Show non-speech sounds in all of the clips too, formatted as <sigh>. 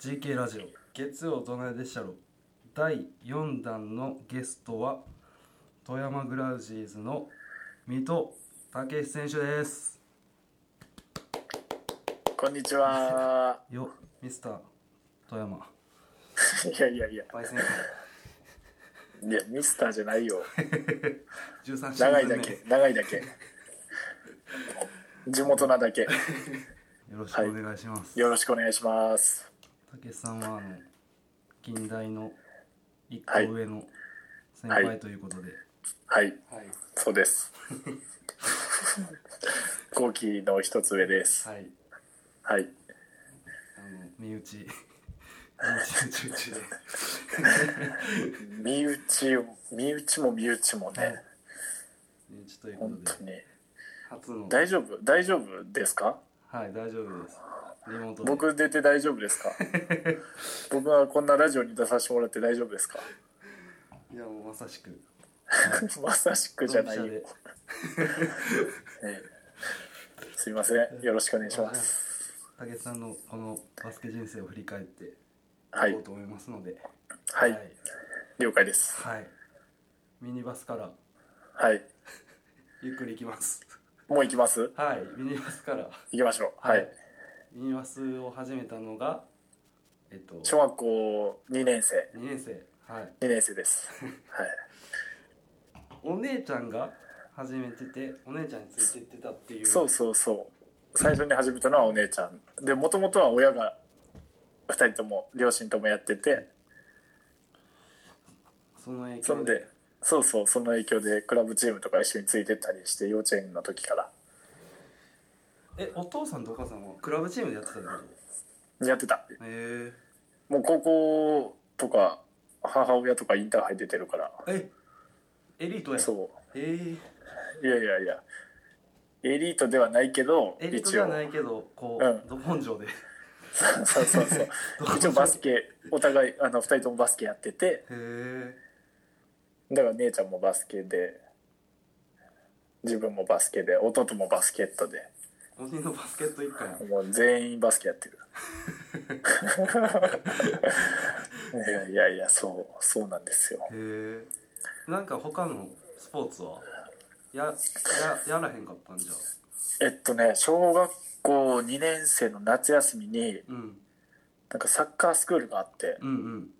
GK ラジオ月曜どないでっしゃろ第4弾のゲストは富山グラウジーズの水戸武選手ですこんにちは。よミスター富山いやいやいや、焙煎いや、ミスターじゃないよ。 13シ長ーいズだン目け、長いだけ。地元なだけ。よろしくお願いします、よろしくお願いします。たけしさんはあの近代の一個上の先輩ということで、はい、はいそうです。後期の一つ上です。はいはい。あの身内身内内々で身内、身内も身内もね、身内ということ本で当に。初の大丈夫大丈夫ですかはい大丈夫ですリモートで僕出て大丈夫ですか僕はこんなラジオに出させてもらって大丈夫ですかいやもうまさしく <laughs> まさしくじゃないよドンピシャで。ねすいません。よろしくお願いします。たけしさんのこのバスケ人生を振り返っていはいこうと思いますのでははいい。、了解です。はいミニバスからはい。ゆっくり行きますもう行きますはいミニバスから行きましょう。はい。ミニバスを始めたのがえっと小学校2年生。 2年生はい2年生 <laughs> です。はい。お姉ちゃんが始めててお姉ちゃんについてってたっていうそうそうそう。最初に始めたのはお姉ちゃん。で、もともとは親が2人とも、両親ともやってて、その影そ響んで、そうそう、その影響でクラブチームとか一緒についてったりして、幼稚園の時から。えお父さんとお母さんはクラブチームでやってたってこやってた。とへもう高校とか母親とかインターハイ出てるからええエリートやそえういやいやいやエリートではないけどエリート一じゃ応ないけどこうう、ど根性でそうそう <laughs> そう一応バスケお互いあの2人ともバスケやっててへえだから姉ちゃんもバスケで自分もバスケで弟もバスケットで鬼のバスケット一家やんもう全員バスケ <laughs> やってるいやいやいやそうそうなんですよへえなんか他のスポーツはやややらへんかったんじゃえっとね小学校2年生の夏休みにうんなんかサッカースクールがあってうんうん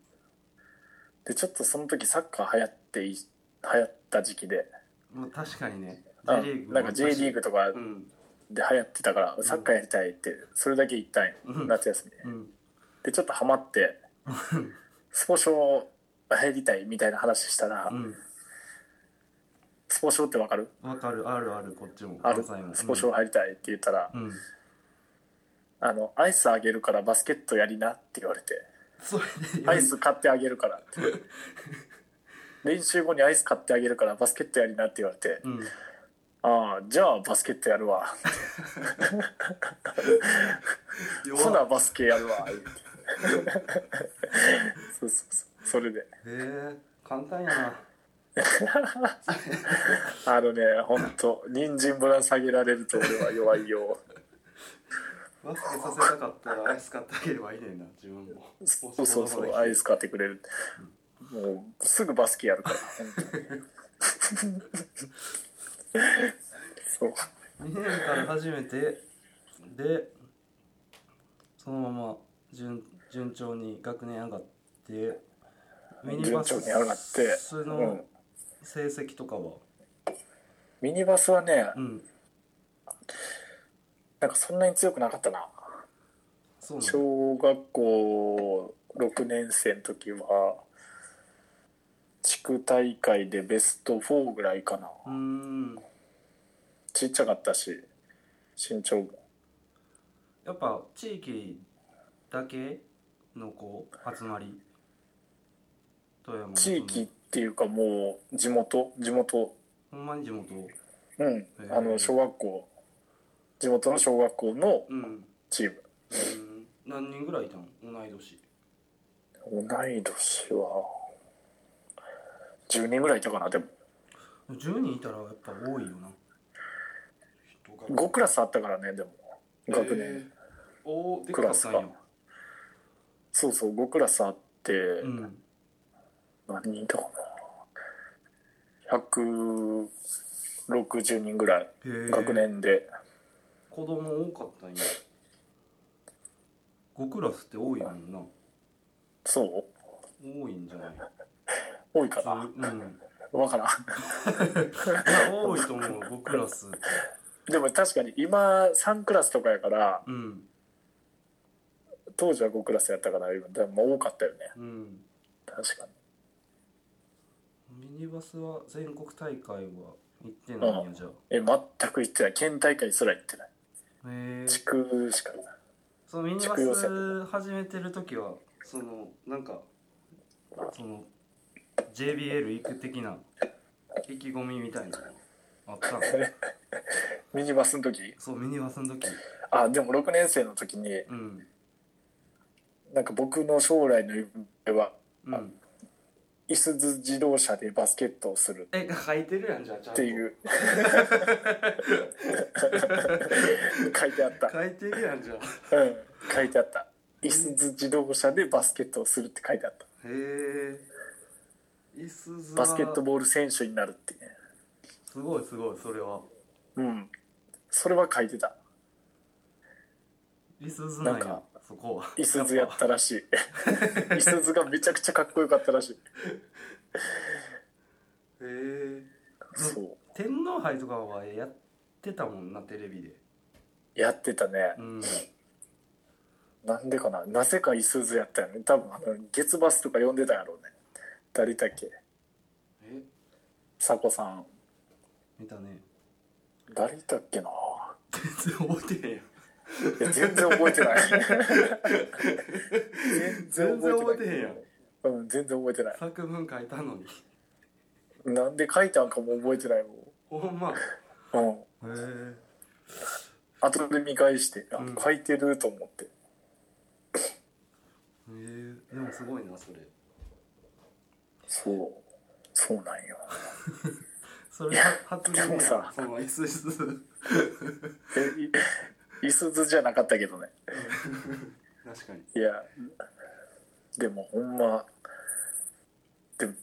でちょっとその時サッカー流行ってい流行った時期で、まあ確かにねう J んリーグなんか J リーグとかうんで流行ってたから、サッカーやりたいってそれだけ言ったんよ、うん夏休みにうんでちょっとハマってスポ少入りたいみたいな話したら、うんスポ少ってわかるわかるあるあるこっちもある関西もスポ少入りたいって言ったら、うん、うん、あのアイスあげるからバスケットやりなって言われてそれでアイス買ってあげるからって <laughs> 練習後にアイス買ってあげるからバスケットやりなって言われて、うんああじゃあバスケットやるわほ弱なっバスケやるわ言うて <laughs> そうそうそうそれでへえ簡単やなあのね本当人参ぶら下げられると俺は弱いよバスケさせたかったらアイス買ってあげればいいねんな自分もそうそうそうアイス買ってくれるもうすぐバスケやるから本当に <laughs> そう2年から始めてでそのまま順順調に学年上がってミニバ順調に上がってスうんの成績とかはミニバスはねうんなんかそんなに強くなかったなそうなんだ小学校6年生の時は地区大会でベスト4ぐらいかなうーんちっちゃかったし身長もやっぱ地域だけのこう集まり富山のその地域っていうかもう地元地元ほんまに地元うんーあの小学校地元の小学校のうん、うんチーム何人ぐらいいたん同い年同い年は10人ぐらいいたかなでも10人いたらやっぱ多いよな人が5クラスあったからねでも学年、えーおおでクラスかかったんやそうそう、5クラスあって、うん何人いたかな。160人ぐらい、へー学年で。子供多かったんや5クラスって多いもんなそう多いんじゃない多いかそうなうんわからん。い <laughs> や多いと思う5クラスでも確かに今3クラスとかやから、うん当時は5クラスやったから、でも多かったよね。うん確かに。ミニバスは全国大会は行ってないんやじゃあえ、全く行ってない。県大会すら行ってない。へえ地区しか行ってない。そのミニバ地区予ス選始めてる時はそのなんかその JBL 行く的な意気込みみたいなのあったのミニバスの時そうミニバスの時あ、でも6年生の時に、うんなんか僕の将来の夢は、うんいすず自動車でバスケットをするえ書いてるやんじゃあちゃんっとていう書いてあった、書いてるやんじゃあうん、書いてあったいすず自動車でバスケットをするって書いてあったへえいすずはバスケットボール選手になるってねすごいすごいそれはうんそれは書いてたいすずなんなんやかそこはいすずやったらしい <laughs> いすずがめちゃくちゃかっこよかったらしいへえそう天皇杯とかはやってたもんなテレビでやってたねうんなんでかななぜかいすずやったよね多分あの月バスとか呼んでたやろうね誰だっけえ佐古さん見たね誰だっけな全然覚えてへんやんいや全然覚えてない全然覚えてへんやんうん全然覚えてない作文書いたのになんで書いたんかも覚えてないもほんまへんうんえ後で見返してあうん書いてると思って、へえでもすごいなそれそうそうなんよそれは初で耳もやさんその S 図えい <laughs> いすずじゃなかったけどね確かにいやでもほんまでも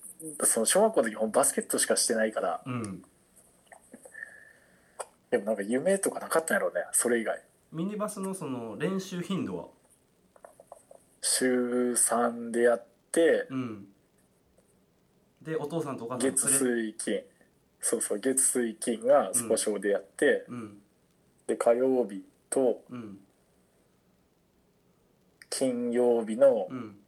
その小学校の時ほんまバスケットしかしてないからうんでもなんか夢とかなかったんやろうねそれ以外ミニバスのその練習頻度は週3でやってうんでお父さんとお母さん月と連れ水金そうそう月水金がスポ少でやって、うんで火曜日とうん金曜日のうん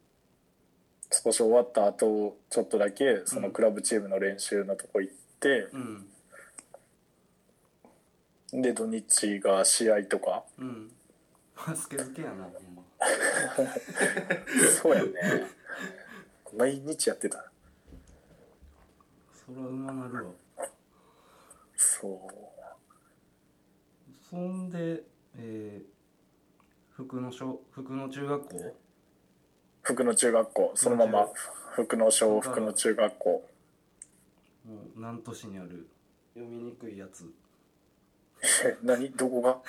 スポ少終わった後ちょっとだけそのクラブチームの練習のとこ行って、うんで土日が試合 <laughs> とかうんバスケ漬けやなほんまそうやね毎日やってたそらうまなるわそうそんで、えー、福野小福野中学校福野中学校そのまま福野小福野中学校もう南都市にある読みにくいやつえ何どこが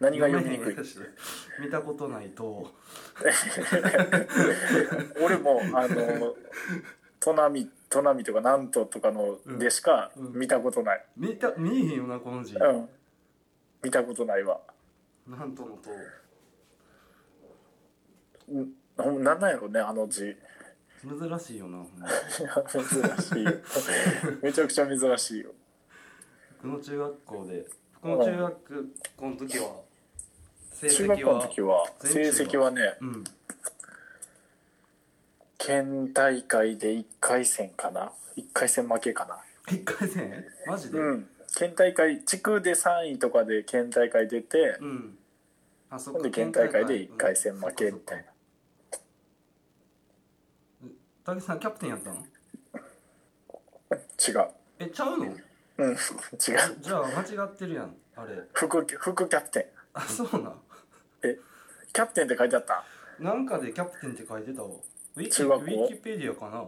何が読みにくい読めへんやつ見たことないと俺もあの都波都波とか南都とかのでしかうん見たことない、見た見えへんよなこの字、うん見たことないわなんとのとうんほんなんなんやろねあの字 <laughs> 珍しいよなほんま珍しいよ <laughs> めちゃくちゃ珍しいよ福野中学校で福野中学校の時は成中学績校のは時は成全中績はねうん県大会で1回戦かな1回戦負けかな一回戦マジでうん県大会地区で3位とかで県大会出てうんあそっ今か度県大会で1回戦負けみたいなたけさんキャプテンやったの違うえちゃうのうん <laughs> 違うじゃあ間違ってるやんあれ副副キャプテンあそうなんえキャプテンって書いてあったなんかでキャプテンって書いてたわウィキ中ウ学校ィキペディアかな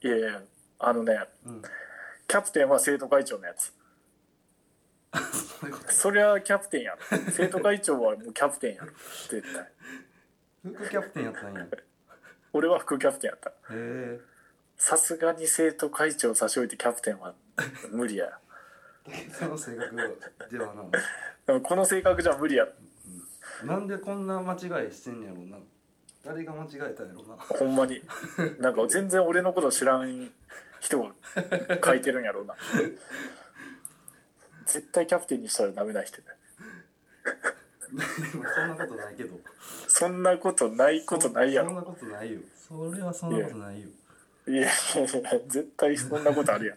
い <laughs> やいやあのねうんキャプテンは生徒会長のやつそういうことそりゃキャプテンやろ生徒会長はもうキャプテンやろ絶対副キャプテンやったんや俺は副キャプテンやった。えさすがに生徒会長差し置いてキャプテンは無理や。ー、その性格ではなでもこの性格じゃ無理や。なんでこんな間違いしてんやろうな誰が間違えたんやろうなほんまに。なんか全然俺のこと知らん人が書いてるんやろうな。絶対キャプテンにしたらダメな人だ。そんなことないけどそんなことないことないやそんろ。なことないよそれはそんなことないよいやいやいや、 <laughs> 絶対そんなことあるやん。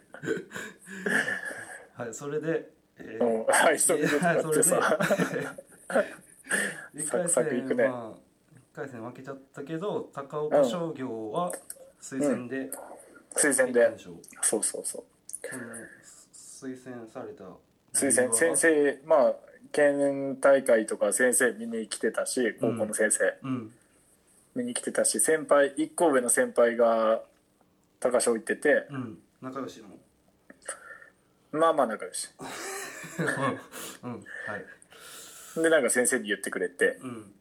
はいそれで、 <laughs> えうーん、はい、いそれでやだってさ。それで <laughs> 一サ回クサクいく戦、ねまあ、一回戦負けちゃったけど高岡商業は推薦で推入った薦んでで。しょう、そうそうそう。そのす推薦された推薦理由は先生まあ県大会とか先生見に来てたし高校の先生、うん見に来てたし先輩一個上の先輩が高橋行っててうん仲良し <laughs> のまあまあ仲良しうんうんはいでなんか先生に言ってくれてうん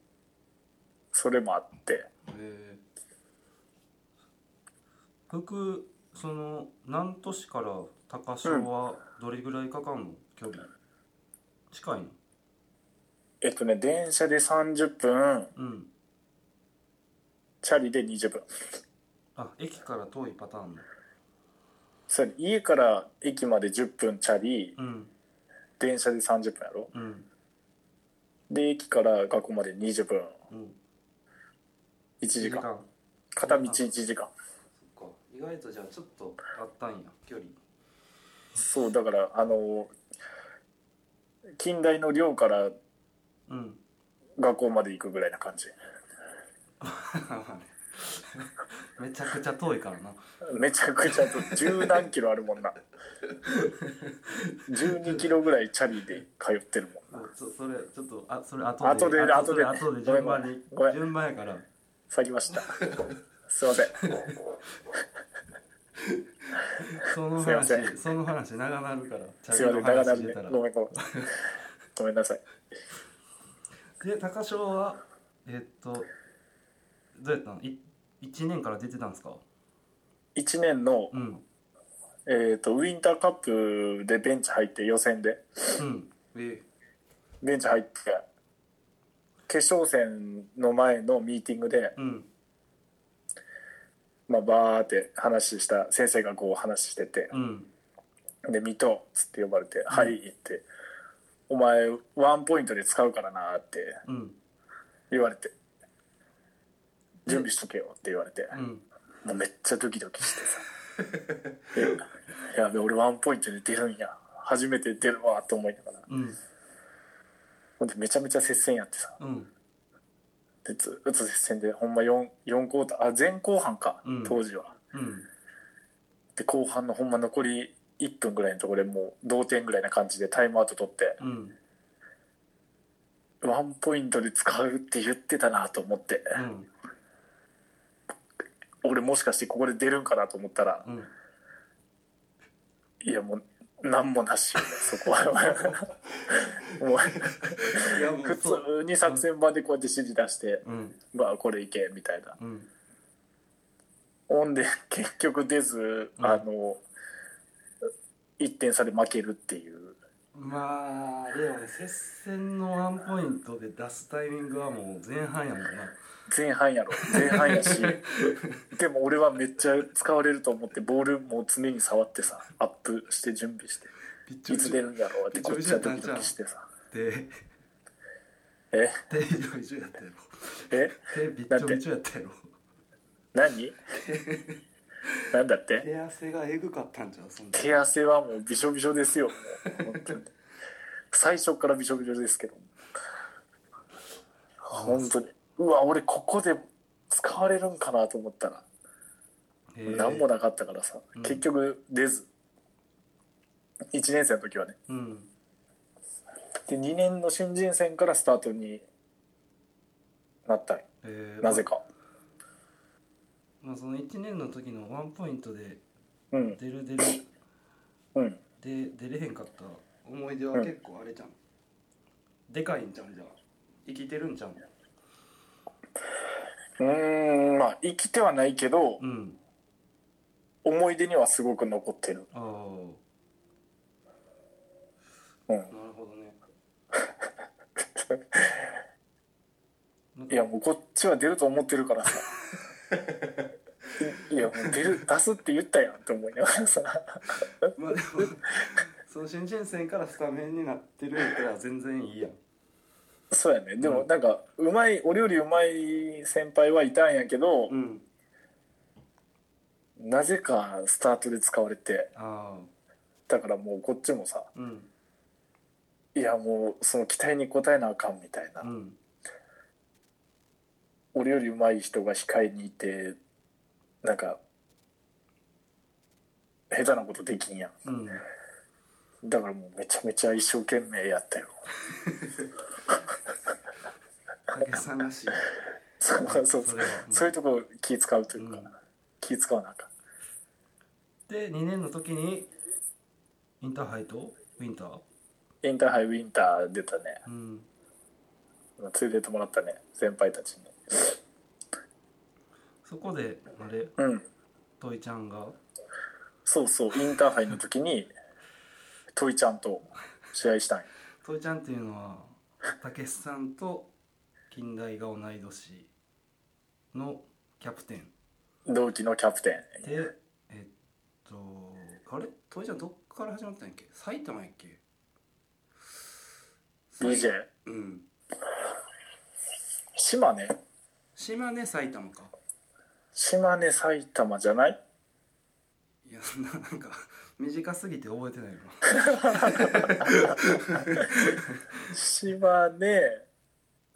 それもあってえー、僕その南都市から高潮はどれぐらいかかんの距離近いのえっとね電車で30分うんチャリで20分あ駅から遠いパターンのそれ家から駅まで10分チャリうん電車で30分やろうんで駅から学校まで20分うん1時時間間片道1時間そっか意外とじゃあちょっとあったんや距離そうだからあの近代の寮からうん <laughs> 学校まで行くぐらいな感じめちゃくちゃ遠いからなめちゃくちゃと十何キロあるも <laughs> んな12キロぐらいチャリで通ってるもんなそそれちょっとあそれ後後であ後でそれ後で順番にごめんごめん順番やから去り <laughs> ましたすいませんそのすいま話せんその話長なるからチすいャリませんの長話々出でたらごめんごめんごめんなさいで高翔はえっとどうやったのい1年から出てたんですか1年の、うんえー、とウィンターカップでベンチ入って予選でうんえベンチ入って決勝戦の前のミーティングで、うんまあ、バーって話した先生がこう話しててうん「で水戸」っつって呼ばれて「はい」って「お前ワンポイントで使うからな」ってうん言われて「準備しとけよ」って言われてうんもうめっちゃドキド <laughs> キしてさ「でやべ俺ワンポイントで出るんや初めて出るわ」と思いながらうんほんでめちゃめちゃ接戦やってさうんでずっと接戦でほんま 4, 四クォーターあ前後半かうん当時は。うんで後半のほんま残り1分ぐらいのところでもう同点ぐらいな感じでタイムアウト取ってうんワンポイントで使うって言ってたなと思って、うん俺もしかしてここで出るんかなと思ったらうんいやもう何もなしよねそこ <laughs> はもいやもう普通に作戦版でこうやって指示出してうん「まあこれいけ」みたいなうんほんで <laughs> 結局出ずうんあの1点差で負けるっていうまあでもね接戦のワンポイントで出すタイミングはもう前半やもんな前半やろ前半 <laughs> やしでも俺はめっちゃ使われると思ってボールもう常に触ってさアップして準備してピッチいピつチ出でるんやろうってこっちはドキドキしてさえ手ビチョビチョやったやろえ手ビチョビチョやったやろ <laughs> 何なんだって手汗がえぐかったんじゃんそんな手汗はもうびしょびしょですよもう本当に最初からびしょびしょですけど本当にうわ俺ここで使われるんかなと思ったらえー何もなかったからさ、うん結局出ず1年生の時はねうんで2年の新人戦からスタートになったんよえーなぜかまあその1年の時のワンポイントでうん出る出るうんで出れへんかった思い出は結構あれじゃん、でかいんじゃんじゃあ生きてるんじゃんうーん、まあ、生きてはないけど、うん思い出にはすごく残ってる。ああなうん。るほどねなんかいや、もうこっちは出ると思ってるか <laughs> らさ。いや、もう出る、出すって言ったやんって思いながらさ。 <laughs> まあでもその新人戦からスタメンになってるから全然いいやんそうやね。でうもんなんか、うまい、俺よりうまい先輩はいたんやけど、うんなぜかスタートで使われて、ああだからもうこっちもさ、うんいやもうその期待に応えなあかんみたいな。うん俺よりうまい人が控えにいて、なんか、下手なことできんやん。うんだからもうめちゃめちゃ一生懸命やったよ。武さんらしいそうそうそう。それはうんそういうとこ気使うというか、うん気使わなあかん。で2年の時にインターハイとウィンターインターハイウィンター出たね。うん連れてってもらったね、先輩たちに。そこであれうん。トイちゃんがそうそう、インターハイの時に、トイちゃんと試合したんよトイちゃんっていうのはたけしさんと近代が同い年のキャプテン同期のキャプテン。でえっとあれトイちゃんどっから始まったんやっけ埼玉やっけ DJ。うん島根島根埼玉か島根埼玉じゃないいやそんななんか短すぎて覚えてないな島根、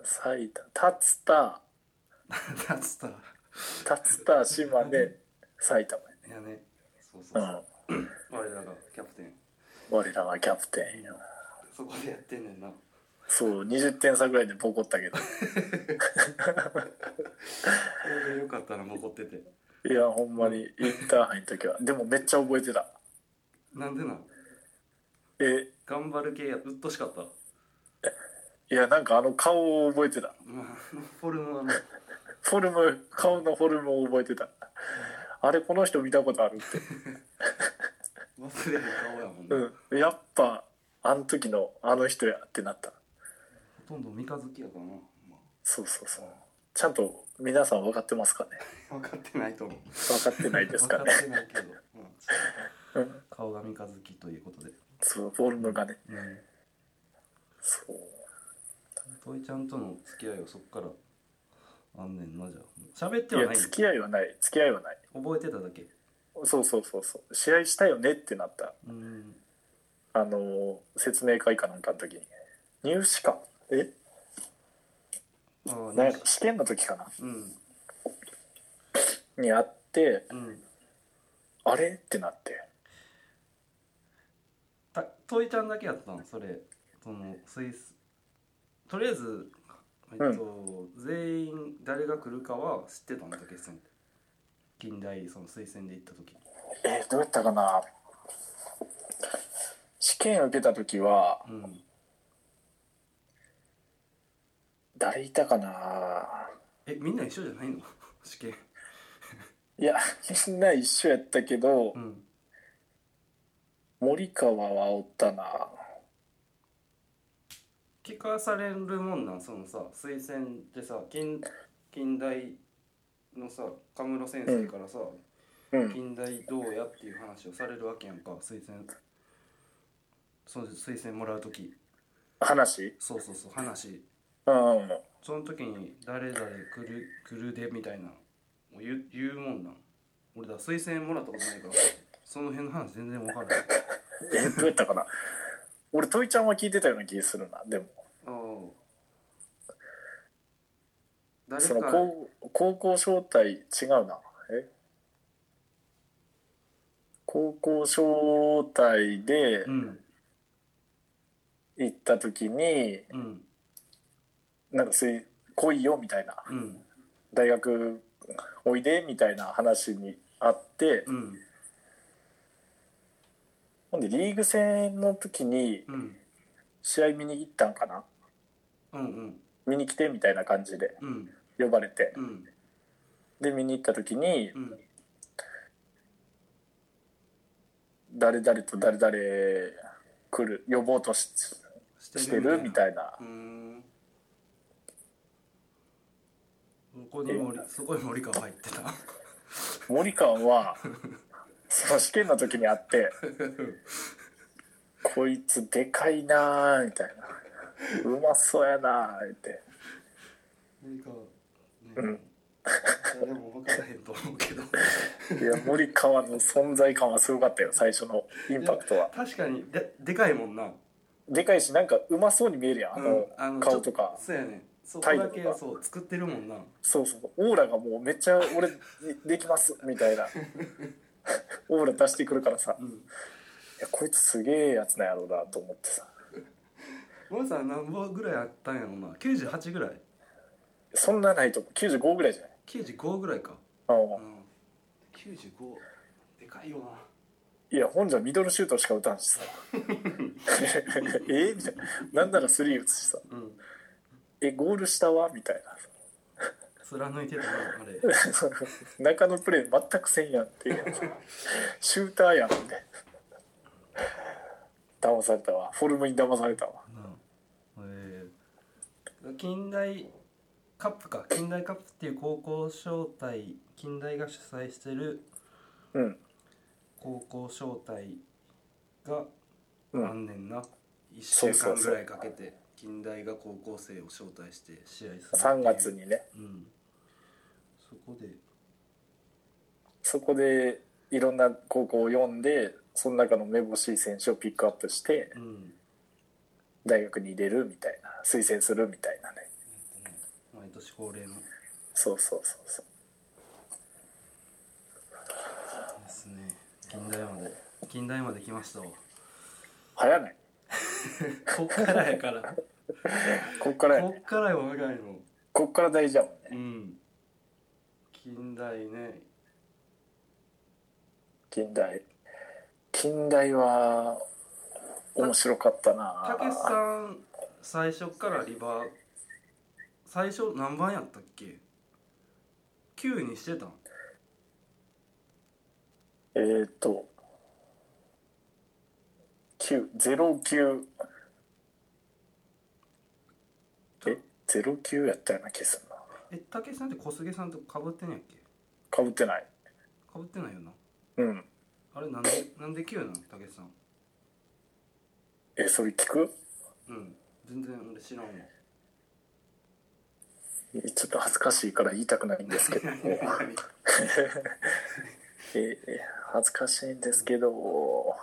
埼玉、竜 <laughs> 田、だっつったら竜田、島根、埼玉。いやねそうそうう。そうん我らがキャプテン我らはキャプテンよ。そこでやってんねんなそう、20点差ぐらいでボコったけど。それでよかったら残ってていや、ほんまに、インターハイの時は。でもめっちゃ覚えてた。なんでなんえ、頑張る系やうっとしかったいや、なんかあの顔を覚えてた。まああのフォルムはねフォルム、顔のフォルムを覚えてた。あれ、この人見たことあるって。忘れへん顔やもんね、うん。やっぱ、あの時のあの人やってなった。ほとんど三日月やからな、まそうそうそう。ちゃんと皆さん分かってますかねあ、分かってないと思う分かってないですか <laughs> ね分。かってないけど、うん顔が三日月ということでそう、フォルムがね。うんそう。トイちゃんとの付き合いはそっからあんねんなじゃあ喋っていはや、ない付き合いはない。付き合いはない。覚えてただけそうそうそうそう。試合したよねってなった。うんあのー説明会かなんかの時に。入試か。えああなんやろ試験の時かなうんに会って、うんあれってなって。たトイちゃんだけやったんそれそのスイスとりあえずえっと、全員誰が来るかは知ってたんだけど近代その推薦で行った時えーどうやったかな試験受けた時はうん誰いたかなえみんな一緒じゃないの <laughs> 試験いやみんな一緒やったけど、うん森川はおったな聞かされるもんなんそのさ推薦でさ近近代のさ神室先生からさ、うん近代どうやっていう話をされるわけやんか推薦そうです推薦もらう時話そうそうそう話うんうんその時に誰々来る来るでみたいなのを言う言うもんなん俺だ推薦もらったことないからその辺の話全然分からないえーどうやったかな俺トイちゃんは聞いてたような気するなでもああ誰そのか高高校招待違うなえ高校招待でうん行った時に、うんなんかそういう来いよみたいなうん大学おいでみたいな話にあってうんほんでリーグ戦の時にうん試合見に行ったんかなうんうん見に来てみたいな感じでうん呼ばれてうんで見に行った時にうん誰々と誰々来る呼ぼうとしししてるみいたいなうーんそこに森そこに森川入ってた森川はその試験の時に会って「こいつでかいなー」みたいな「うまそうやなー」って森川ね誰も分からへんと思うけどいや森川の存在感はすごかったよ最初のインパクトは確かにででかいもんなでかいしなんかうまそうに見えるやんあの,、うんあの顔とかそうやねそこ態度だとかけそう作ってるもんなそうそうオーラがもうめっちゃ俺できますみた <laughs> いなオーラ出してくるからさ、うんいやこいつすげえやつなんやろうなと思ってさ森さん何本ぐらいあったんやろな98ぐらいそんなないと思う95ぐらいじゃない95ぐらいかあうのん95でかいよないや本じゃミドルシュートしか打た <laughs> んしさ <laughs> えみたいななんならスリー打つしさうんえゴール下はみたい貫いてたなあれな中のプレー全くせんやんっていうシューターやんみたいな騙されたわフォルムに騙されたわなえー近代カップか近代カップっていう高校招待近代が主催してるうん高校招待がうんあんねんな、一そう1週そう間そうぐらいかけて近代が高校生を招待して試合するっていう3月にねうんそこでそこでいろんな高校を読んでその中の目星選手をピックアップしてうん大学に入れるみたいな推薦するみたいなね毎年恒例のそうそうそうそうですね近代まで近代まで来ましたわ早ない <laughs> こっからやからこっからやこねっからやわ長いのこっから大事やもんねうん近代ね近代近代は面白かったたなけしさん最初からリバー最初何番やったっけ9にしてたんえっ、ー、と909え09やったような気するなえたけしさんって小菅さんとかぶってんやっけかぶってないかぶってないよなうんあれなんでなんで9なのたけしさんえそれ聞くうん全然俺知ら <laughs> んわえちょっと恥ずかしいから言いたくないんで <laughs> すけどええ恥ずかしいんですけど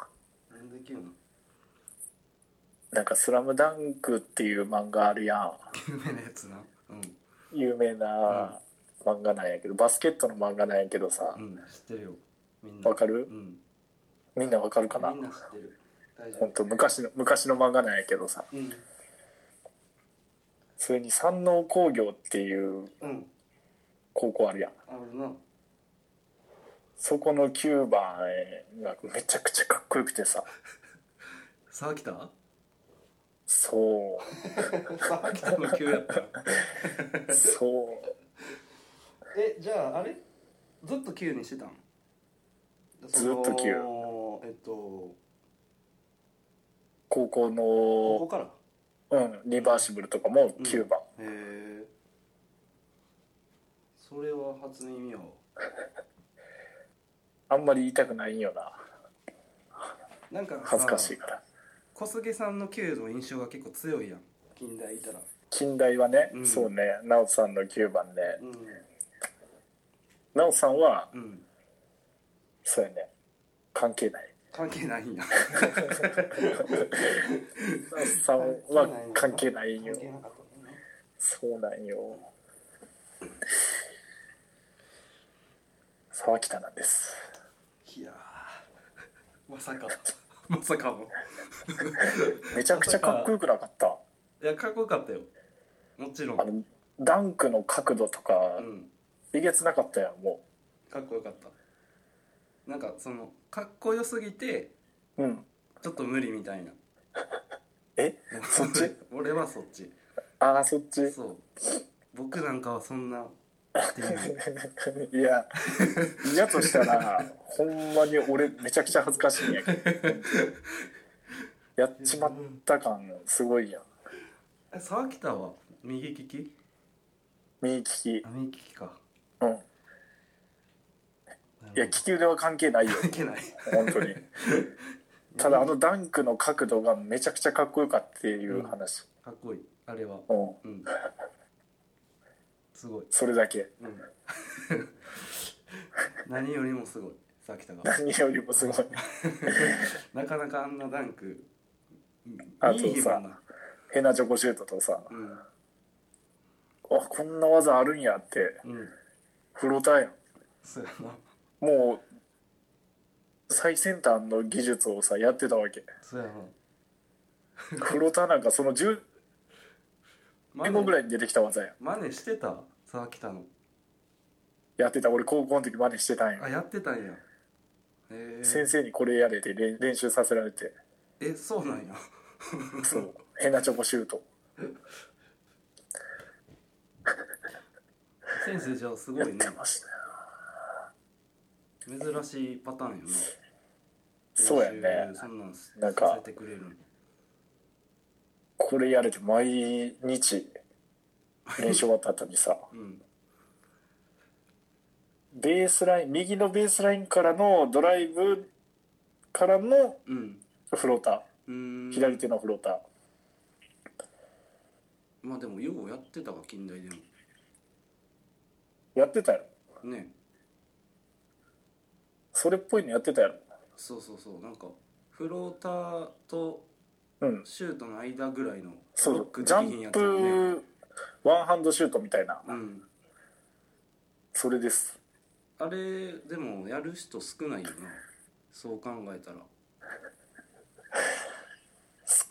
なんで9なの <laughs> なんか「スラムダンクっていう漫画あるやん有名なやつなうん有名な漫画なんやけど、バスケットの漫画なんやけどさうん知ってるよみんなわかうるんみんなわかるかなみんな知ってる大丈ほんと昔の昔の漫画なんやけどさ夫うんそれに山王工業っていううん高校あるやんあるなそこの9番がめちゃくちゃかっこよくてささあ来たそ <laughs> さあ来たの9やった <laughs> うそうえじゃああれずっと9にしてたんずっと九そのえっとこ高校この、からうん、リバーシブルとかも9番、へえそれは初耳やわあんまり言いたくないんよななんかさ恥ずかしいから小菅さんの9の印象が結構強いやん近代いたら近代はね、うんそうね直人さんの9番ねうん直人さんはうんそうやね関係ない関係ないんや直人さんは関係ないんよ関係なかったんだねそうなんよ沢北なんですいやーまさかまさかもめちゃくちゃかっこよくなかったいやかっこよかったよもちろんあのダンクの角度とかうんえげつなかったやんもかっこよかったなんかそのかっこよすぎてううんちょっと無理みたいなえそっち <laughs> 俺はそっちああそっちそう僕なんかはそんなっていう <laughs> いや、嫌としたら、ほんまに俺、めちゃくちゃ恥ずかしいんやけど。やっちまった感、すごいやん。え沢北は右利き右利き。あ右利きかうん。いや、利き腕は関係ないよ。関係ない本当に。ただ、あのダンクの角度がめちゃくちゃかっこよかったっていう話。かっこいいあれはううん。んすごい、それだけ。うん、 <laughs> 何よりもすごい沢北が何よりもすごい。なかなかあんなダンクうんあいい日もそうなヘナチョコシュートとさ、あ、うんこんな技あるんやって、うんフローターやん。そうやなもう、最先端の技術をさ、やってたわ <laughs> け。そうやなフローターなんかその10年後ぐいらいに出てきた技やん。真似してた沢北のやってた俺高校の時真似してたんやあやってたんやへ先え生にこれやれて練練習させられてえそうなんやそう変なチョコシュート先生じゃあすごやっいねてましたよ珍しいパターンやなそうやね練習そんなんすなんかさせてくれるのこれやれて毎日練習終わった後にさうんベースライン右のベースラインからのドライブからのうんフロータうーんー左手のフロータまあでもようやってたわ近代でもーやってたやろねそれっぽいのやってたやろそうそうそうなんかフローターとうんシュートの間ぐらいのそロうッそクうでジきャひんやンつよねプワンハンドシュートみたいなうんそれですあれでもやる人少ないよなそう考えたら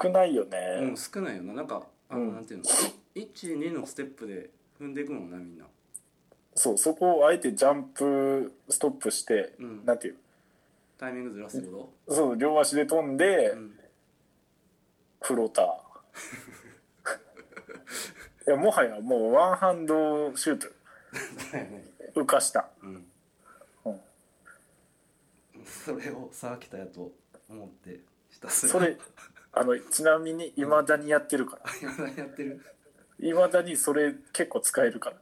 少ないようねん、少ないよななんかあの、うんなんていうの12のステップで踏んでいくもんなみんなそうそこをあえてジャンプストップしてうんなんていうタイミングずらすってこそう両足で飛んでと、うん、フローターいやもはやもうワンハンドシュートだよね浮かしたうんうんそれをさあ来たやと思ってひたすらそれあのちなみにいまだにやってるから今何 <laughs> やってるいまだにそれ結構使えるから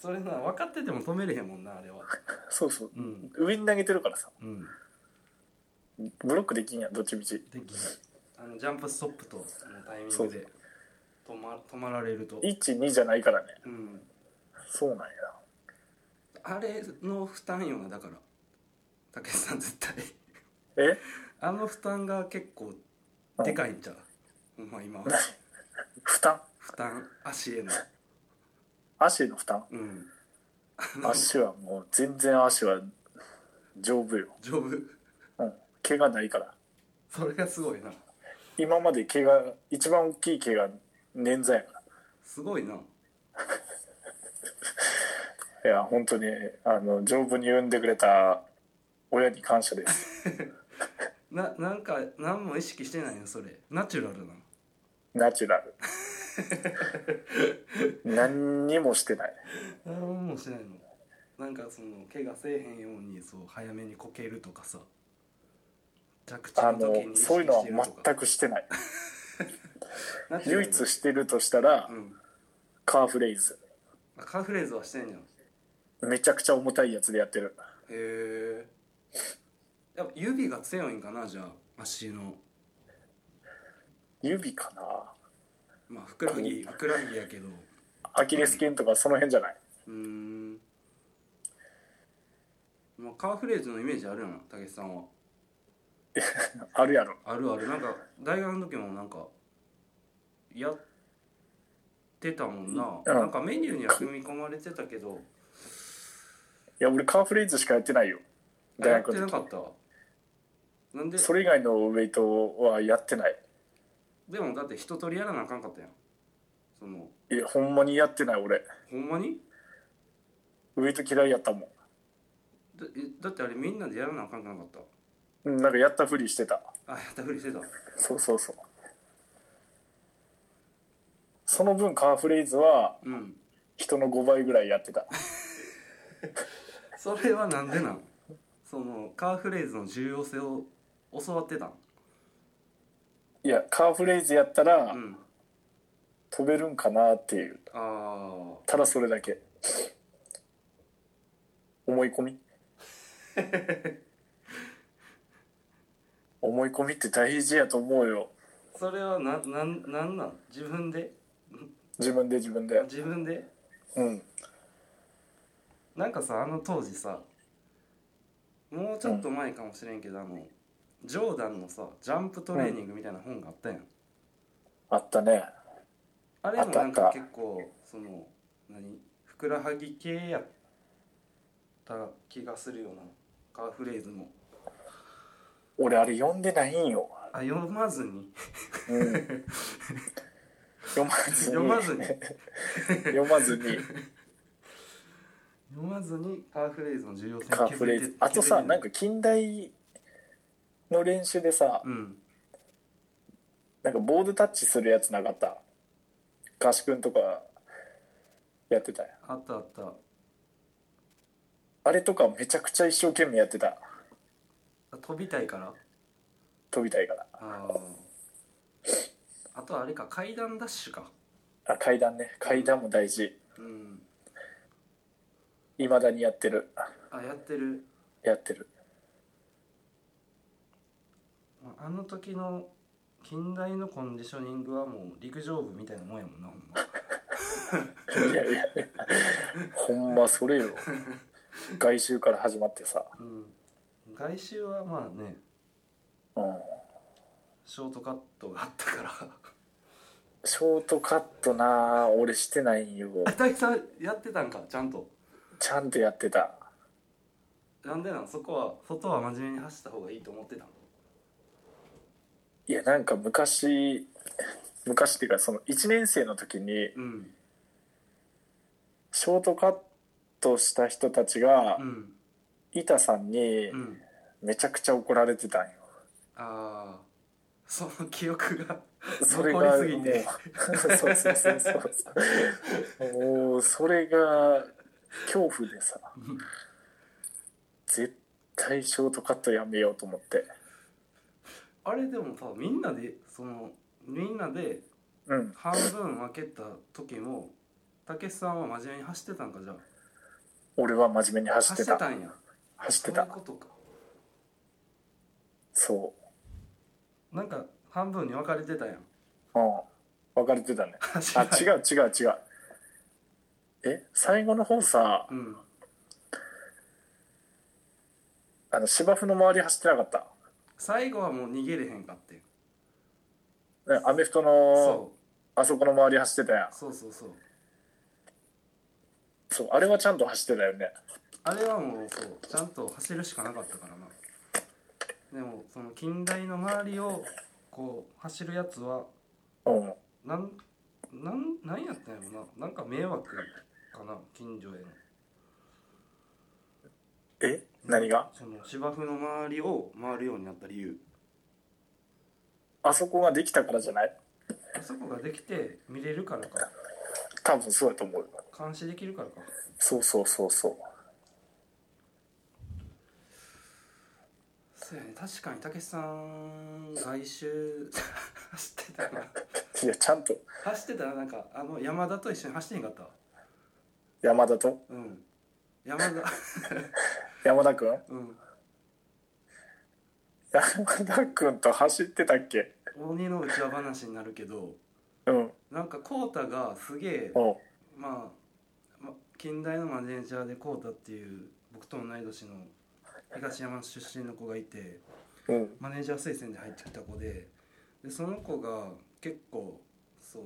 それな分かってても止めれへんもんなあれはそうそううん上に投げてるからさうんブロックできんやんどっちみちできないあのジャンプストップとのタイミングで止ま止まられると12じゃないからねうんそうなんやあれの負担よなだからたけしさん絶対えあの負担が結構でかいんちゃうほんま今負担負担足への足への負担うん足はもう全然足は丈夫よ、丈夫うん、怪我ないからそれがすごいな今まで怪我一番大きい怪我捻挫やかすごいならいや本当にあの丈夫に産んでくれた親に感謝ですななんか何も意識してないのそれナチュラルなナチュラ <laughs> ル何にもしてない何もしてないのなんかその怪我せえへんようにそう早めにこけるとかさ着地あの時のに意識そういうのはしてるとか全くしてないナチュラ唯ル一してるとしたらうんカーフレイズあカーフレーズはしてんじゃんへめちゃくちゃ重たいやつでやってるえやっぱ指が強いんかなじゃあ足の指かなまあふくらはぎふくらはぎやけどアキレス腱とかその辺じゃないう <laughs> ーんまあカーフレーズのイメージあるよなたけしさんはあるやろあるあるなんか大学の時もなんかやってたもんな、うんなんかメニューには組み込まれてたけどいや俺カーフレイズしかやってないよあや大ってな学のか時ったわなんでそれ以外のウェイトはやってないでもだって一通りやらなあかんかったやんそのいやほんまにやってない俺ほんまにウェイト嫌いやったもだえだってあれみんなでやらなあかんくなかったんうんなんかやったふりしてたあやったふりしてたそうそうそうその分カーフレイズはうん人の5倍ぐらいやってたそれはなんでなんそのカーフレーズの重要性を教わってたんいやカーフレーズやったらうん飛べるんかなっていうああただそれだけ思い込み思い込みって大事やと思うよそれはななんなんなん自分で自分で自分で自分でうんなんかさあの当時さもうちょっと前かもしれんけど、あのジョーダンのさジャンプトレーニングみたいな本があったやん、あったねあれもなんあかった結構その何ふくらはぎ系やった気がするようなカーフレーズも俺あれ読んでないんよ、あ読まずにうん、読まずに読まずに読まずに読まずにカーフレーズの重要性カーフレーズあとさなんか近代の練習でさうんなんかボードタッチするやつなかった合宿んとかやってたやんあったあったあれとかめちゃくちゃ一生懸命やってたあ飛びたいから飛びたいからあああとあれか階段ダッシュかあ階段ね階段も大事うんいまだにやってるあやってるやってるまああの時の近代のコンディショニングはもう陸上部みたいなもんやもんなほんまいやい <laughs> やいやほんまそれよ外周から始まってさ、うん、外周はまあねうん、ショートカットがあったからショートカットな俺してないんよ大木さんやってたんかちゃんとちゃんとやってたなんでなんそこは外は真面目に走った方がいいと思ってたのいやなんか昔昔っていうかその1年生の時にうんショートカットした人たちがうん板さんにうんめちゃくちゃ怒られてたんよああその記憶がそれが残りすぎてもう <laughs> そうそうそうそうそうもうそれが恐怖でさ絶対ショートカットやめようと思ってあれでもさみんなでそのみんなでうん半分分けた時もたけしさんは真面目に走ってたんかじゃあ俺は真面目に走走ってってたたんや走そってうたいうことかそなんか半分に分かれてたやんううん分かれて <laughs> たねあ違うう違う違うえ最後の方さうんあの芝生の周り走ってなかった最後はもう逃げれへんかってねアメフトのそあそこの周り走ってたやうんそうそうそうそうあれはちゃんと走ってたよねあれはもうそうちゃんと走るしかなかったからなでもその近代の周りをこう走るやつはうんなんなんなんやったんやろななんか迷惑かな近所へのえ何がその芝生の周りを回るようになった理由あそこができたからじゃないあそこができて見れるからか多分そうやと思う監視できるからかそうそうそうそうそうやね確かにたけしさん外周走ってた <laughs> ないやちゃんと走ってたらなんかあの山田と一緒に走ってへんかった山田とうん山田 <laughs> 山田君うん山田君と走ってたっけ鬼の内輪話になるけどうんなんか浩太がすげえうんまあ、ま、近代のマネージャーで浩太っていう僕と同い年の東山出身の子がいてうんマネージャー推薦で入ってきた子ででその子が結構そう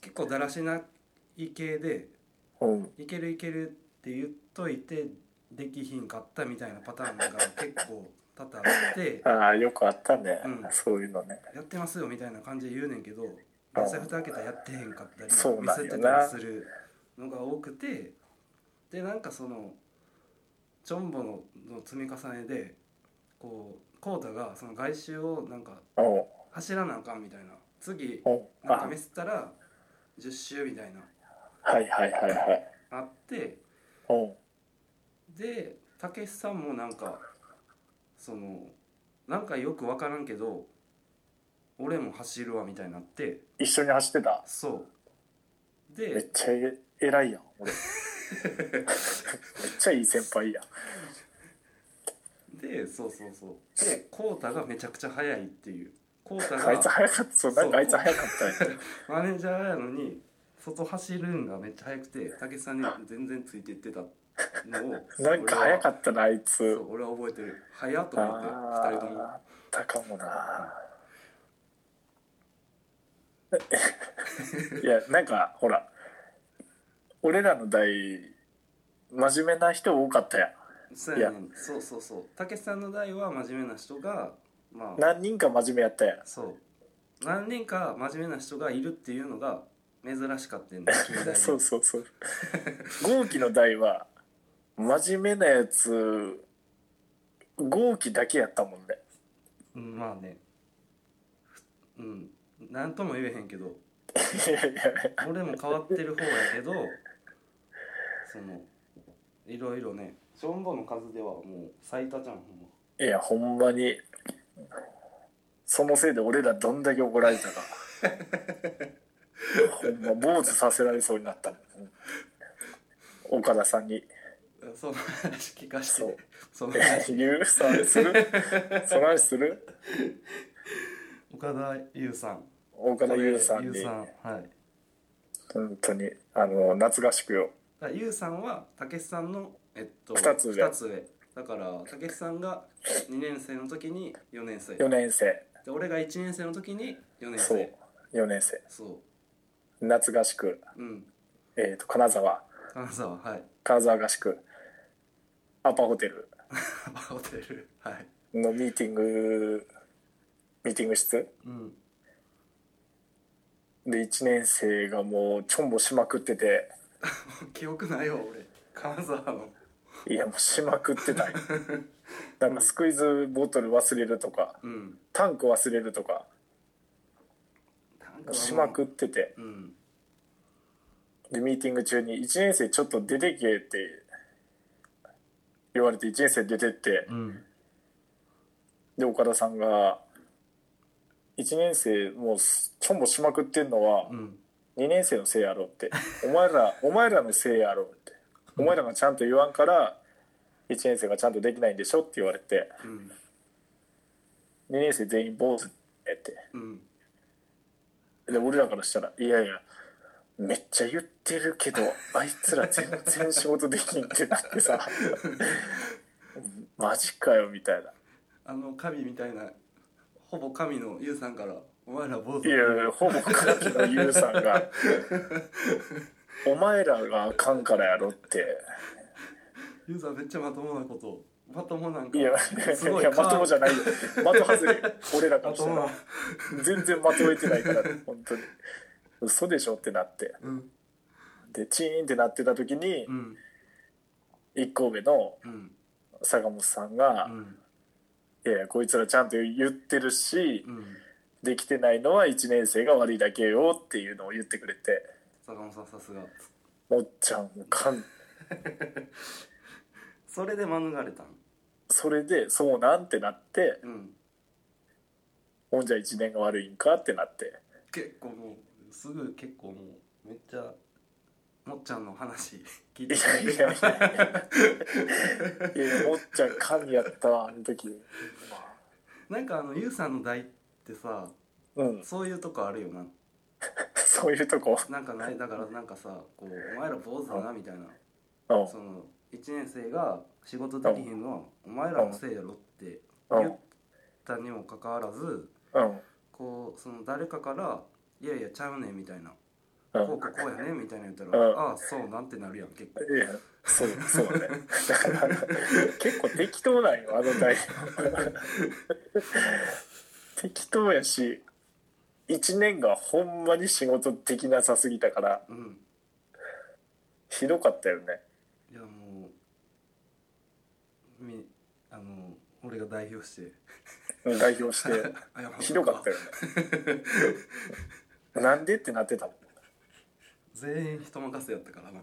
結構だらしない系でうんいけるいけるって言っといてできひんかったみたいなパター <laughs> ンが結構多々あってああよくあったね、うんそういうのねやってますよみたいな感じで言うねんけど実際蓋開けたらやってへんかったり見そうなんよなせてたりするのが多くてでなんかそのちょんぼのの積み重ねでこう浩太がその外周をなんかうん走らなあかんみたいな次うんなんかあミスったら10周みたいなはいはいはいはいあってでたけしさんもなんかそのなんかよく分からんけど俺も走るわみたいになって一緒に走ってたそうめでっちゃえ偉いやん <laughs> 俺めっちゃいい先輩やんでそうそうそうで浩太がめちゃくちゃ速いっていう浩太あいつが早かったそうなんかあいつ早かっ <laughs> たんやマネージャーやのに外走るんがめっちゃ速くてたけしさんに全然ついていってたのをなんか早かったったなあい俺はつそう俺は覚えてる速っとあ思って2人とーもあったかもな <laughs> いやなんかほら俺らの代真面目な人多かったやんそうやねんそうそうそうたけしさんの代は真面目な人がまあ何人か真面目やったやんそう何人か真面目な人がいるっていうのが珍しかったんだ近代 <laughs> にそうそうそう豪輝の代は真面目なやつ豪輝だけやったもんね <laughs> うんまあねふうん何とも言えへんけどいやいやいや俺も変わってる方やけどそのいろいろねジョンボの数ではもう最多じゃんほんまいやほんまにそのせいで俺らどんだけ怒ら <laughs> れたかほんま坊主させられそうになったもん岡田さんに <laughs> その話聞かせそてうその「話言うそれするその話する?岡田優さん」岡田優さん優にさんはい本当にあの懐かしくよだからゆうさんはたけしさんの、えっと、二つ上二上だからたけしさんが2年生の時に4年生4年生で俺が1年生の時に4年そう生4年生そ夏合宿、ううんえー、と金沢金沢はい <laughs> 金沢合宿アパホテルバーホテルはいのミーティングミーティング室うんで1年生がもうちょんぼしまくってて記憶ないわ俺金沢のいやもうしまくっ <laughs> てたよなんかスクイズボトル忘れるとかうんタンク忘れるとかなんかしまくっててうんでミーティング中に1年生ちょっと出てけって言われて1年生出てって、うんで岡田さんが1年生もうすちょんぼしまくってんのはうん2年生のせいやろってお前ら <laughs> お前らのせいやろってお前らがちゃんと言わんから1年生がちゃんとできないんでしょって言われてうん2年生全員坊主ってってうんで俺らからしたら「いやいやめっちゃ言ってるけどあいつら全然仕事できん」ってなってさ <laughs> マジかよみたいな。あの神みたいなほぼ神のゆうさんからお前ら坊主いやほぼカキのユウさんが「お前らがあかんからやろ」ってゆうさんめっちゃまともなことまともなんかいやすごいいやまともじゃないよまと外れ俺らかまらしとたもらな全然まとめてないから本当に嘘でしょってなってうんでチーンってなってた時にうん1個目のうん坂本さんうがん「いやいやこいつらちゃんと言ってるしうんできてないのは1年生が悪いだけよ」っていうのを言ってくれて坂本さんさすがもっちゃんかんそれで免れたんそれでそうなんってなって。うんほんじゃ一年が悪いんかってなって結構もうすぐ結構もうめっちゃもっちゃんの <laughs> 話聞いいてやいやいやいやもっちゃん神やったわあの時なんかあのゆうさんの代ってさうんそういうとこあるよなそういうとこなんかないだからなんかさこうお前ら坊主だなみたいなうんその1年生が仕事できへんのはお前らのせいやろってう言んったにもかかわらずうんこうその誰かから「いやいやちゃうねん」みたいなうこうんかこうやねみたいな言ったうらんああそうなんてなるやん結構いやそうそうだねだから結構適当なんよあの代適当やし一年がほんまに仕事できなさすぎたからうんひどかったよねいやもうみあの俺が代表してうん代表 <laughs> して謝ひどかったよねなんでってなってたもん全員人任せやったからない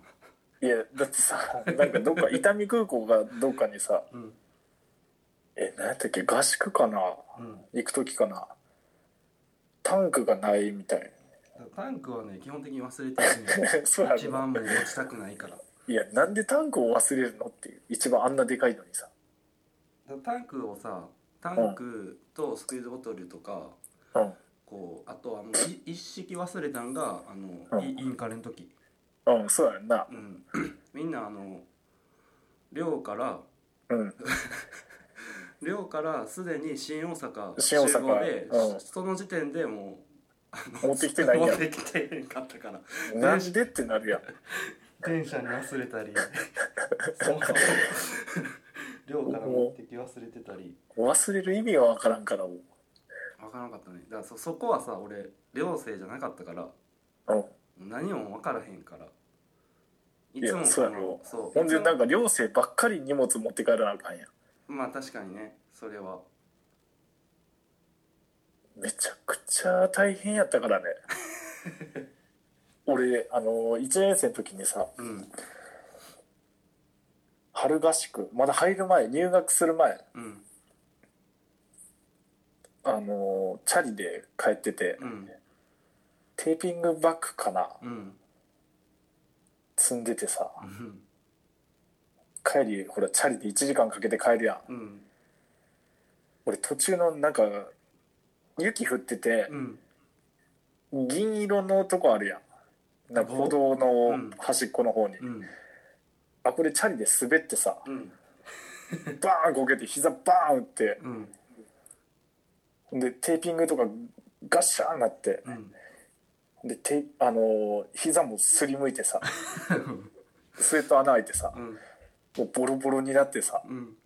いやだってさなんかどっか伊丹空港がどっかにさうんえ何やったっけ合宿かなうん行く時かなタンクがないみたいタンクはね基本的に忘れてるねそうや一ろ番もう落ちたくないからいやなんでタンクを忘れるのっていう一番あんなでかいのにさだタンクをさタンクとスクイーズボトルとかうんこうあとあのい一式忘れたんがあの、うんイインカレの時、うんそうやんなうんみんなあの寮からうん寮からすでに新大阪新大阪で、うんその時点でもう持ってきてないやん <laughs> 持ってきてへんかったからなんでってなるやん電車に忘れた <laughs> りそもそも寮から持ってき忘れてたり忘れる意味がわからんからも分からなかったねだからそそこはさ俺寮生じゃなかったからう、うん、何も分からへんからいいやそうやろそうほんでなんかか寮生ばっかり荷物持って帰らなあかんやんまあ確かにねそれはめちゃくちゃ大変やったか <laughs> らね俺あの1年生の時にさうん春合宿まだ入る前入学する前うんあのチャリで帰ってて、うんテーピングバッグかなうん積んでてさうん帰りほらチャリで1時間かけて帰るやんうん俺途中のなんか雪降っててうん銀色のとこあるやんなんか歩道うのん端っこの方に、うんあこれチャリで滑ってさうんバーンこけて膝バーン打ってうんでテーピングとかガッシャーンなってうんでてあのー膝もすりむい <laughs> てさスウェット穴開いてさうんもうボロボロになってさうん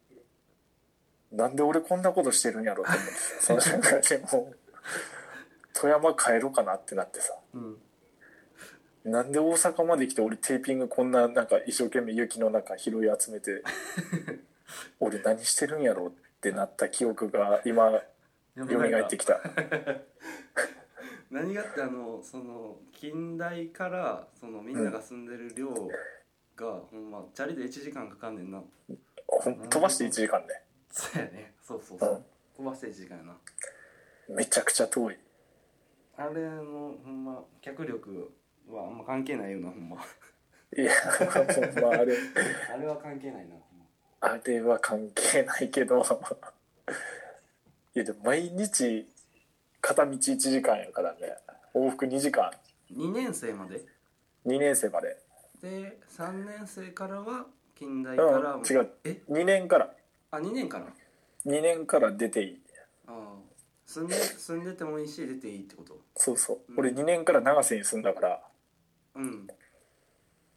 なんで俺こんなことしてるんやろと思ってその瞬間でもう富山帰ろうかなってなってさうんなんで大阪まで来て俺テーピングこんななんか一生懸命雪の中拾い集め <laughs> て俺何してるんやろってなった記憶が今蘇蘇ってきた何がってあのその近代からそのみんなが住んでる寮が、ほんまチャリで1時間かかんねんなほん飛ばして1時間ねそうやねそうそうそう、飛ばして1時間やなめちゃくちゃ遠いあれのほんま脚力はあんま関係ないよなほ <laughs> んまいや <laughs> ほんまあれあれは関係ないなほんまあれは関係ないけど <laughs> いやでも毎日片道1時間やからね往復2時間2年生まで2年生までで3年生からは近代からも、うん違うえ2年からあ2年からあ2年から出ていいあ住んで住んでてもいいし出ていいってことそうそう俺2年から長瀬に住んだからうん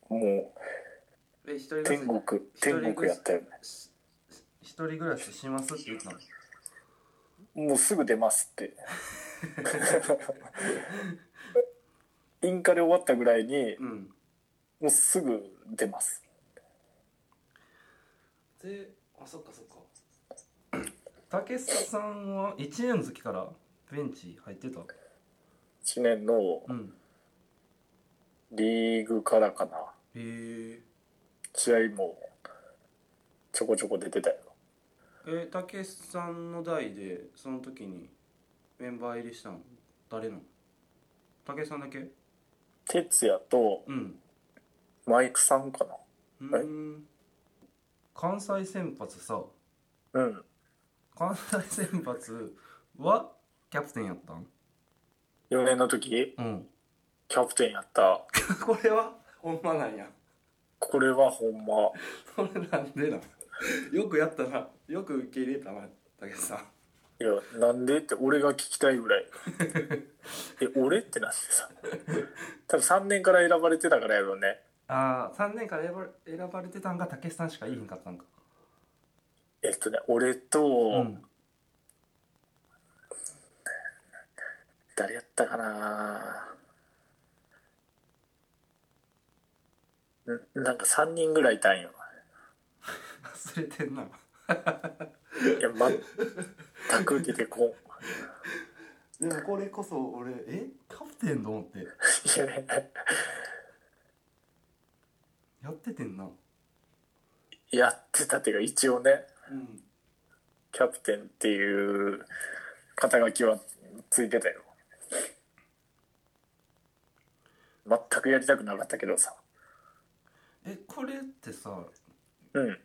もえ一人う暮らし天国天国やったよねしし一人暮らししますって言ったのもうすぐ出ますってインカレ終わったぐらいにうんもうすぐ出ますであそっかそっかたけしさんは1年の時からベンチ入ってた1年のうんリーグからかなへえ試合もちょこちょこ出てたよえたけしさんの代でその時にメンバー入りしたの誰なのたけしさんだけ哲也とうんマイクさんかうはいーん関西先発さなうん関西先発はキャプテンやったん4年の時うんキャプテンやった <laughs> これはほんまなんやこれはほんまそれなんでなんよくやったなよく受け入れたな武さんいやなんでって俺が聞きたい <laughs> ぐらいえ俺ってなんでさ多分3年から選ばれてたからやろうねああ3年から選ばれ選ばれてたんが武さんしか言いへんかったんかえっとね俺と、うん誰やったかなうんなんか3人ぐらいいたんよ忘れてんないや全く出てこんでもこれこそ俺えキャプテンと思っていややっててんなやってたっていうか一応ねうんキャプテンっていう肩書きはついてたよ全くやりたくなかったけどさえこれってさうん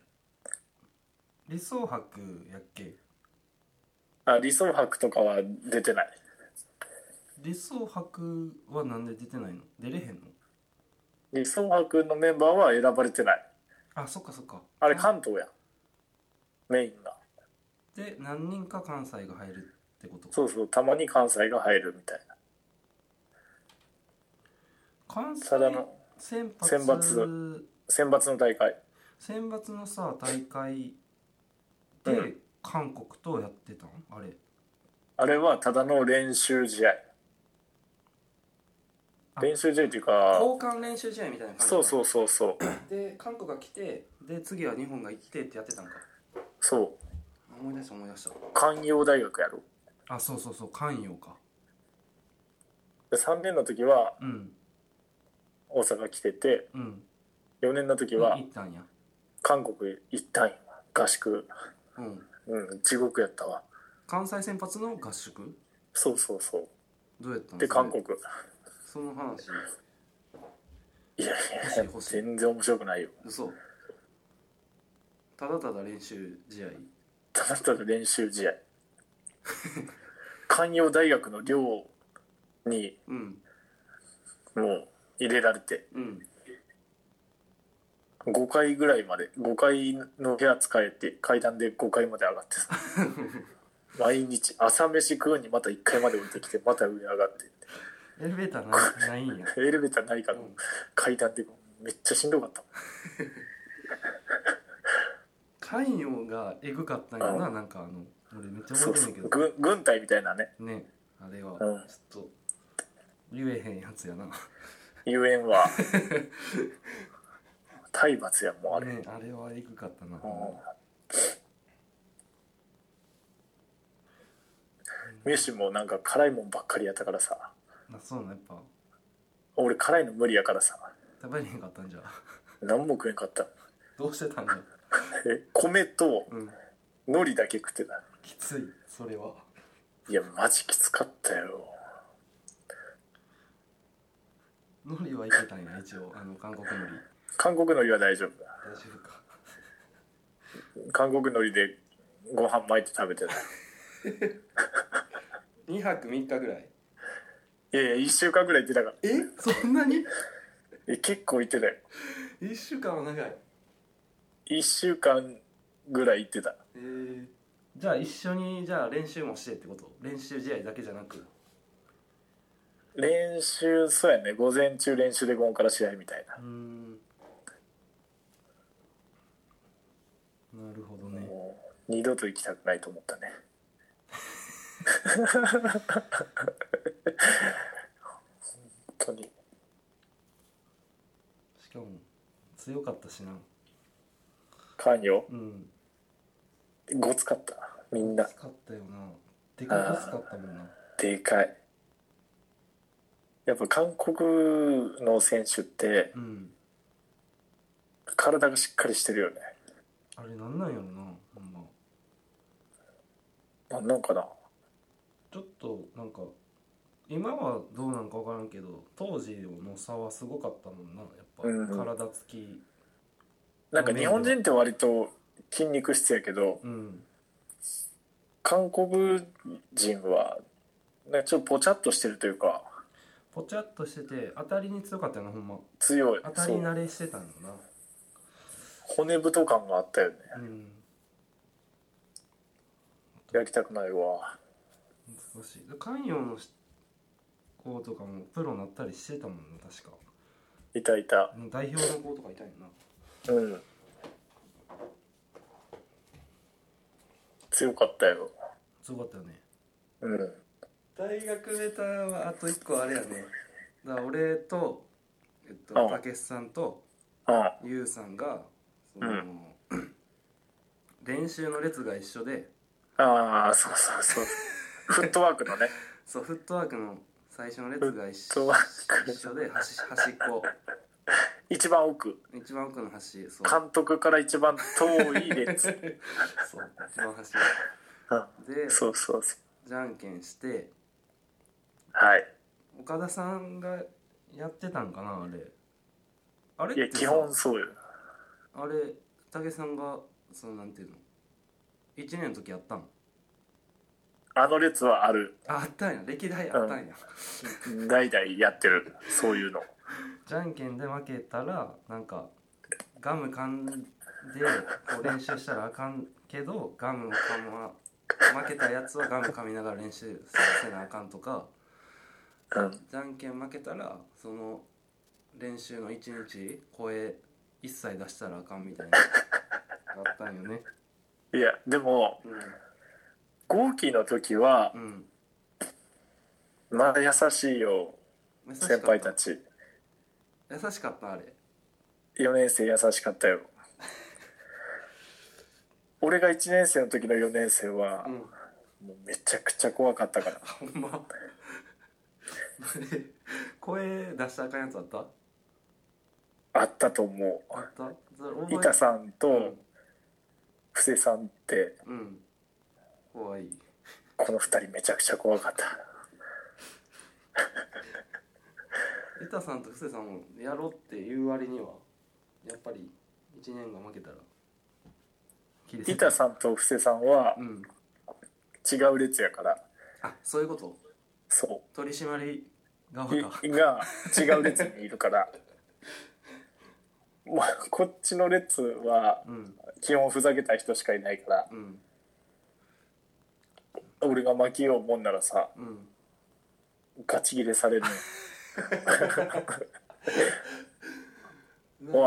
理想博やっけあ理想博とかは出てない理想博はなんで出てないの出れへんの理想博のメンバーは選ばれてないあそっかそっかあれ関東やメインがで何人か関西が入るってことかそうそうたまに関西が入るみたいな関西ただの選抜選抜選抜の大会選抜のさ大会で韓国とやってたんあれあれはただの練習試合あ練習試合っていうか交換練習試合みたいな感じそうそうそうそうで韓国が来てで次は日本が行ってってやってたんかそう思い出した思い出し関陽大学やろたあそうそうそう関陽かで3年の時はうん大阪来ててうん4年の時は行ったんや韓国行ったんよ合宿うんうん地獄やったわ関西先発の合宿そうそうそうどうやったんで韓国その話いやい欲しいや欲しい全然面白くないよ嘘ただただ練習試合ただただ練習試合関陽大学の寮にうんもう入れられてうん5階ぐらいまで5階の部屋使えて階段で5階まで上がって <laughs> さ毎日朝飯食うにまた1階まで降りてきてまた上上がってエレベーターないないんやエレベーターないから、うん階段でめっちゃしんどかった関陽がエグかったんやななんかあの俺めっちゃそ覚えてんねうそ <laughs> んけうど軍軍隊みたいなねねあれはうんちょっと言えへんやつやな遊 <laughs> 園は体罰やもうあれ、ねあれはエグかったなうん、飯もなんか辛いもんばっかりやったからさあそうなんやっぱ俺辛いの無理やからさ食べれへんかったんじゃ <laughs> 何も食えんかったどうしてたんじゃえ米とうん海苔だけ食ってたきついそれはいやマジきつかったよ海苔はいけたんや一応あの韓国海苔韓国海苔は大丈夫大丈夫か韓国海苔でご飯巻いて食べてた2泊3日ぐらいいやいや1週間ぐらい行ってたからえそんなにえ結構行ってたよ1週間は長い1週間ぐらい行ってたえー、じゃあ一緒にじゃあ練習もしてってこと練習試合だけじゃなく練習そうやね午前中練習で午後から試合みたいなうーんなるほどねもう二度と行きたくないと思ったね本当にしかも強かったしな関与うんごつかったみんなきつかったよなでかかつかったもんなでかいやっぱ韓国の選手ってうん体がしっかりしてるよねあれなんなんやろなほんまなんなんかなちょっとなんか今はどうなんか分からんけど当時の差はすごかったもんなやっぱ、うんうん体つきなんか日本人って割と筋肉質やけどうん韓国人はなんかちょっとぽちゃっとしてるというかぽちゃっとしてて当たりに強かったよなほんま強い当たそりう慣れしてたんだな骨太感があったよねうんやりたくないわ難しいで関与のし子とかもプロになったりしてたもんな確かいたいたもう代表の子とかいたんやなうん強かったよすごかったよねうん大学ベタはあと一個あれやねだから俺とえっとうんたけしさんとあゆうさんがその、 <clears throat> 練習の列が一緒でああそうそ <laughs> うそうフットワークのねそうフットワークの最初の列が一フット緒ワーク一緒で端端っこ一番奥一番奥の橋そう監督から一番遠い列、そう一番橋でうん、そうそうそうじゃんけんしてはい岡田さんがやってたんかなあれあれいやって基さ本そうよあれ武さんがそのなんていうの1年の時やったんあの列はあるああったんや歴代あったんや、代々やってるそういうのじゃんけんで負けたらなんかガム噛んでこう練習したらあかんけどガムを噛ま負けたやつはガム噛みながら練習せなあかんとかうんじゃんけん負けたらその練習の一日声一切出したらあかんみたいなあったんよねいやでもゴーキーの時はうん、まだ優しいようん、優しかっ先輩たち優しかったあれ4年生優しかったよ俺が1年生の時の4年生はう、んもうめちゃくちゃ怖かったからあほんま声出したらあかんやつあったあったと思あったそれう覚え板さんうとん布施さんってうん怖いこの2人めちゃくちゃ怖かった板さんと布施さんもやろうっていう割にはやっぱり1年が負けたら切り捨てた板さんと布施さんはうん違う列やからあそういうことそ取り締まり側ういかが違う列にいるからまあこっちの列はうん基本ふざけた人しかいないからうん俺が巻きようもんならさうんガチギレされるのよ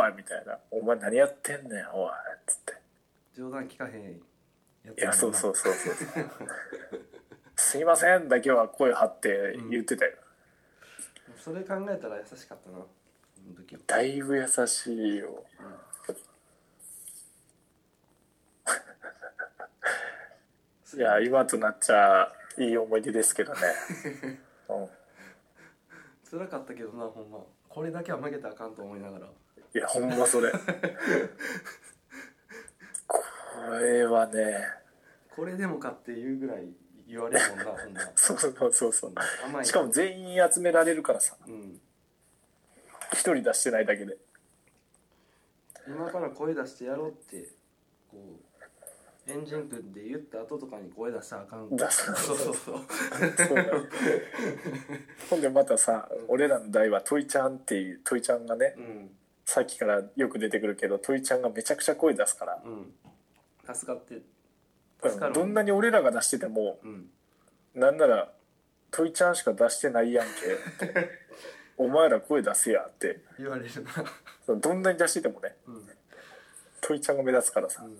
おいみたいな「お前何やってんねんおい」っつって冗談聞かへんやいや、そうそううそうそうそう。すいませんだけは声張って言ってたよ。それ考えたら優しかったなその時はだいぶ優しいよ。いや、今となっちゃいい思い出ですけどね。うん、辛かったけどなほんまこれだけは負けたらあかんと思いながらいや、ほんまそれ。これはね、これでもかっていうぐらい言われるもんなほんまそうそうそうそう。甘いしかも全員集められるからさ、うん一人出してないだけで。今から声出してやろうってこうエンジン君で言った後とかに声出したらあかん出すそうそうそうそうだよほんでまたさ俺らの代はトイちゃんっていうトイちゃんがねうんさっきからよく出てくるけどトイちゃんがめちゃくちゃ声出すから、うん助かってうん助かるどんなに俺らが出しててもうんなんならトイちゃんしか出してないやんけ <laughs> お前ら声出せやって言われるなどんなに出しててもねうんトイちゃんが目立つからさう、ん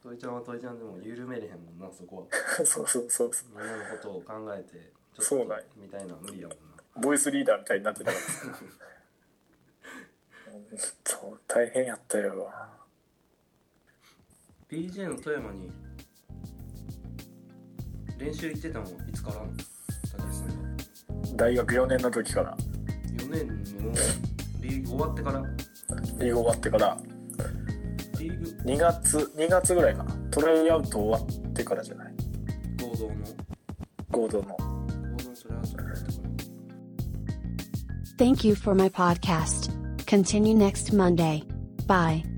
トイちゃんはトイちゃんでも緩めれへんもんなそこ <laughs> そうそうそうそはみんなのことを考えてちそょうっなんやとみたいなのは無理やもんなうボイスリーダーみたいになってたからさほんと大変やったよ PJ の富山に練習行ってたのいつから高橋さんが大学4年の時から4年のリーグ終わってからリーグ終わってからリーグ2月2月ぐらいかなトライアウト終わってからじゃない合同の合同合同ののトライアウト終わってから Thank you for my podcast. Continue next Monday. Bye.